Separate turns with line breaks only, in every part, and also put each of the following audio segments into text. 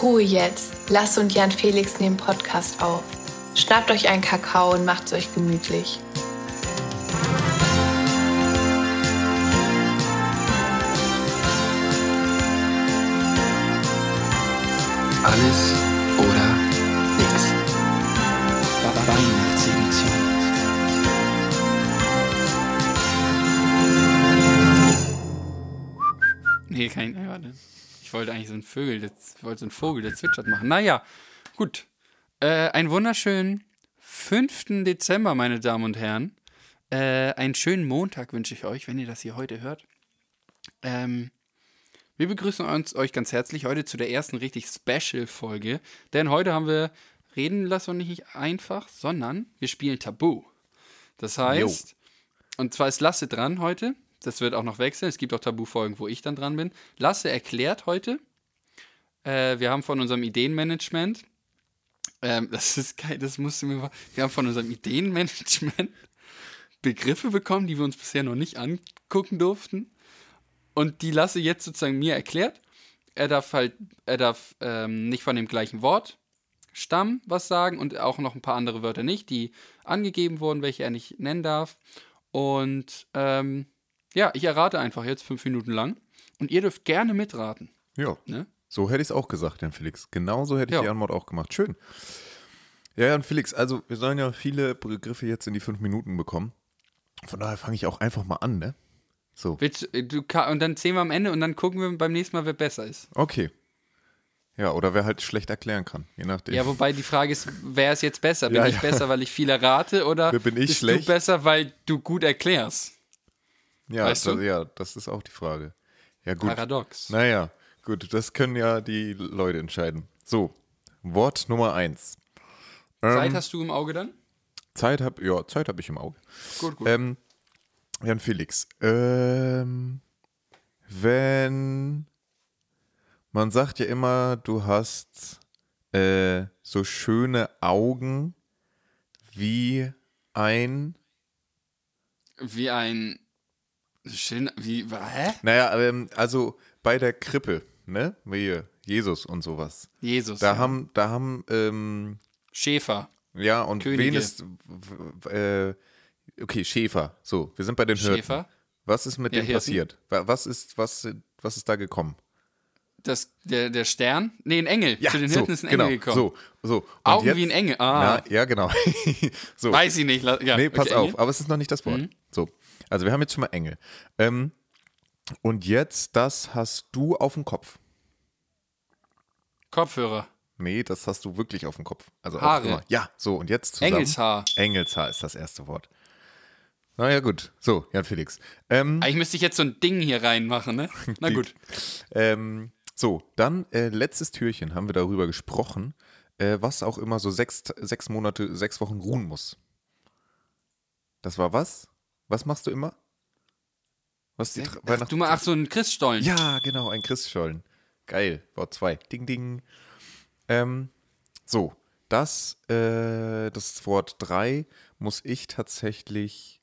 Ruhe jetzt. Lasst und Jan Felix nehmen Podcast auf. Schnappt euch einen Kakao und macht's euch gemütlich.
Alles oder nichts.
Weihnachtsedition.
Nee, kein. Nein, warte. Ich wollte eigentlich so einen Vögel, der- ich wollte so einen Vogel, der zwitschert machen. Naja, gut. Äh, einen wunderschönen 5. Dezember, meine Damen und Herren. Äh, einen schönen Montag wünsche ich euch, wenn ihr das hier heute hört. Ähm, wir begrüßen uns euch ganz herzlich heute zu der ersten richtig Special-Folge. Denn heute haben wir Reden lassen und nicht einfach, sondern wir spielen Tabu. Das heißt, und zwar ist Lasse dran heute. Das wird auch noch wechseln. Es gibt auch Tabu-Folgen, wo ich dann dran bin. Lasse erklärt heute. Äh, wir haben von unserem Ideenmanagement. Ähm, das ist geil, das musst du mir. wa- Wir haben von unserem Ideenmanagement Begriffe bekommen, die wir uns bisher noch nicht angucken durften. Und die Lasse jetzt sozusagen mir erklärt. Er darf halt, er darf ähm, nicht von dem gleichen Wort Stamm was sagen und auch noch ein paar andere Wörter nicht, die angegeben wurden, welche er nicht nennen darf. Und ähm, ja, ich errate einfach jetzt fünf Minuten lang. Und ihr dürft gerne mitraten.
Ja.
Ne?
So hätte ich es auch gesagt, Jan Felix. Genauso hätte ich
Ja.
die Antwort auch gemacht. Schön. Ja, Jan Felix, also wir sollen ja viele Begriffe jetzt in die fünf Minuten bekommen. Von daher fange ich auch einfach mal an, ne? So.
Willst, äh, du, ka- und dann zählen wir am Ende und dann gucken wir beim nächsten Mal, wer besser ist.
Okay. Ja, oder wer halt schlecht erklären kann, je nachdem.
Ja, wobei die Frage ist, wer ist jetzt besser? Bin
Ja,
ich
ja.
besser, weil ich viel errate oder
Bin ich
bist
schlecht?
du besser, weil du gut erklärst?
ja,
weißt
das,
du?
ja, das ist auch die Frage. Ja, gut.
Paradox.
Naja, gut, das können ja die Leute entscheiden. So, Wort Nummer eins. Ähm,
Zeit hast du im Auge dann?
Zeit habe ja, Zeit hab ich im Auge.
Gut, gut.
Ähm, Jan Felix, ähm, wenn man sagt ja immer, du hast äh, so schöne Augen wie ein.
Wie ein. Schön, wie. Hä?
Naja, ähm, also bei der Krippe, ne? Wie Jesus und sowas.
Jesus.
Da haben, da haben, ähm,
Schäfer.
ja, und
Könige.
wen ist. w- w- Äh, okay, Schäfer. So, wir sind bei den Hirten.
Schäfer.
Was ist mit
Ja,
dem
Hirten.
passiert? Wa- Was ist, was, was ist da gekommen?
Das, der, der Stern? Nee, ein Engel. Zu den Hirten ist ein Engel gekommen.
genau, So, so. Und
Augen wie ein Engel. Ah.
Na, ja, genau. so.
Weiß ich nicht. la- Ja,
nee, pass
okay,
auf,
Engel. Mhm.
aber es ist noch nicht das Wort. So. Also wir haben jetzt schon mal Engel. Ähm, und jetzt, das hast du auf dem Kopf.
Kopfhörer.
Nee, das hast du wirklich auf dem Kopf. Also
Haare.
Auch immer. Ja, so, und jetzt zusammen.
Engelshaar.
Engelshaar ist das erste Wort. Naja, gut. So, Jan Felix. Ähm,
Eigentlich müsste ich jetzt so ein Ding hier reinmachen, ne? Na
Die-
gut.
Ähm, so, dann äh, letztes Türchen haben wir darüber gesprochen, äh, was auch immer so sechs, sechs Monate, sechs Wochen ruhen muss. Das war was? Was machst du immer? Was die Tra-
Ach,
Weihnacht
du mal, ach, so ein Christstollen.
Ja, genau, ein Christstollen. Geil, Wort 2. Ding, ding. Ähm, so, das, äh, das Wort 3 muss ich tatsächlich,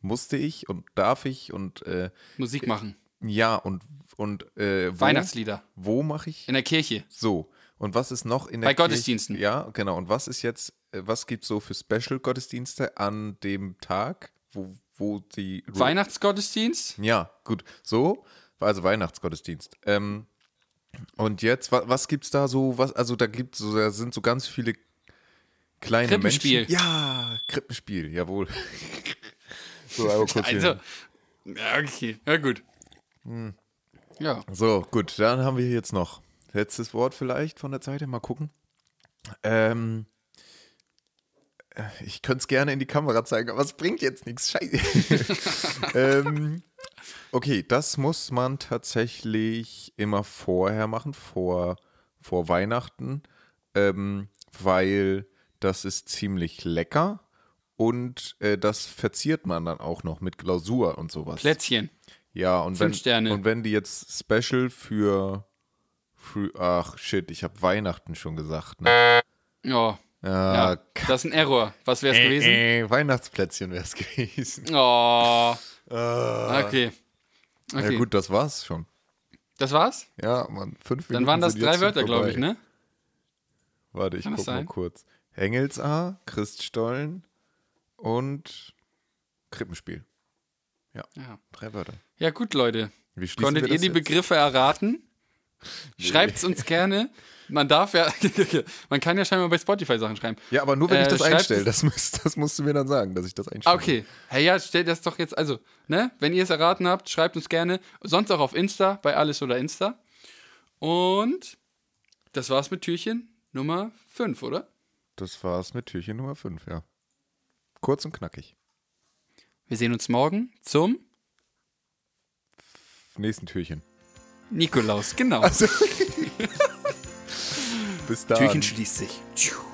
musste ich und darf ich und äh,
Musik machen.
ja, und, und äh, wo,
Weihnachtslieder.
Wo mache ich?
In der Kirche.
So. Und was ist noch in der
Bei Gottesdiensten.
Kirche- Ja, genau. Und was ist jetzt, äh, was gibt so für Special-Gottesdienste an dem Tag, wo, wo die.
Weihnachtsgottesdienst.
Ja, gut. So, also Weihnachtsgottesdienst. Ähm, und jetzt, wa was gibt's da so, was, also da gibt's so, da sind so ganz viele kleine
Krippenspiel.
Menschen. Ja, Krippenspiel, jawohl. so, aber kurz
Also.
hier. Hm.
Ja, okay. Ja, gut. Ja.
So, gut, dann haben wir hier jetzt noch letztes Wort vielleicht von der Seite. Mal gucken. Ähm, äh, ich könnte es gerne in die Kamera zeigen, aber es bringt jetzt nichts. Scheiße. ähm, okay, das muss man tatsächlich immer vorher machen, vor, vor Weihnachten, ähm, weil das ist ziemlich lecker und äh, das verziert man dann auch noch mit Glasur und sowas.
Plätzchen.
Ja, und
Fünf
wenn,
Sterne.
Und wenn die jetzt Special für, für ach shit, ich habe Weihnachten schon gesagt. Ne?
Ja.
Ah,
ja.
k-
Das ist ein Error. Was wäre es gewesen?
äh, Weihnachtsplätzchen wäre es gewesen. Ah.
Oh. Okay. Okay.
Ja gut, das war's schon.
Das war's?
Ja, Mann, fünf Minuten.
Dann waren das
sind jetzt
drei
schon
Wörter, glaube
vorbei.
ich, ne?
Warte, ich
Kann das
gucke mal
sein?
kurz. Engelsaar, Christstollen und Krippenspiel.
Ja.
Drei Wörter.
Ja, gut, Leute.
Wie schließen
Konntet
wir
ihr
das
die
jetzt?
Begriffe erraten? Schreibt's uns gerne. Man darf ja, man kann ja scheinbar bei Spotify Sachen schreiben.
Ja, aber nur wenn ich
Äh,
das
schreibt
einstelle.
es-
Das, müsst- das musst du mir dann sagen, dass ich das einstelle.
Ah, okay. Hey, ja, stellt das doch jetzt, also, ne? Wenn ihr es erraten habt, schreibt uns gerne. Sonst auch auf Insta, bei Alles oder Insta. Und das war's mit Türchen Nummer 5, oder?
Das war's mit Türchen Nummer 5, ja. Kurz und knackig.
Wir sehen uns morgen zum
Nächsten Türchen.
Nikolaus. Genau.
Also, bis dann.
Türchen schließt sich. Tschu.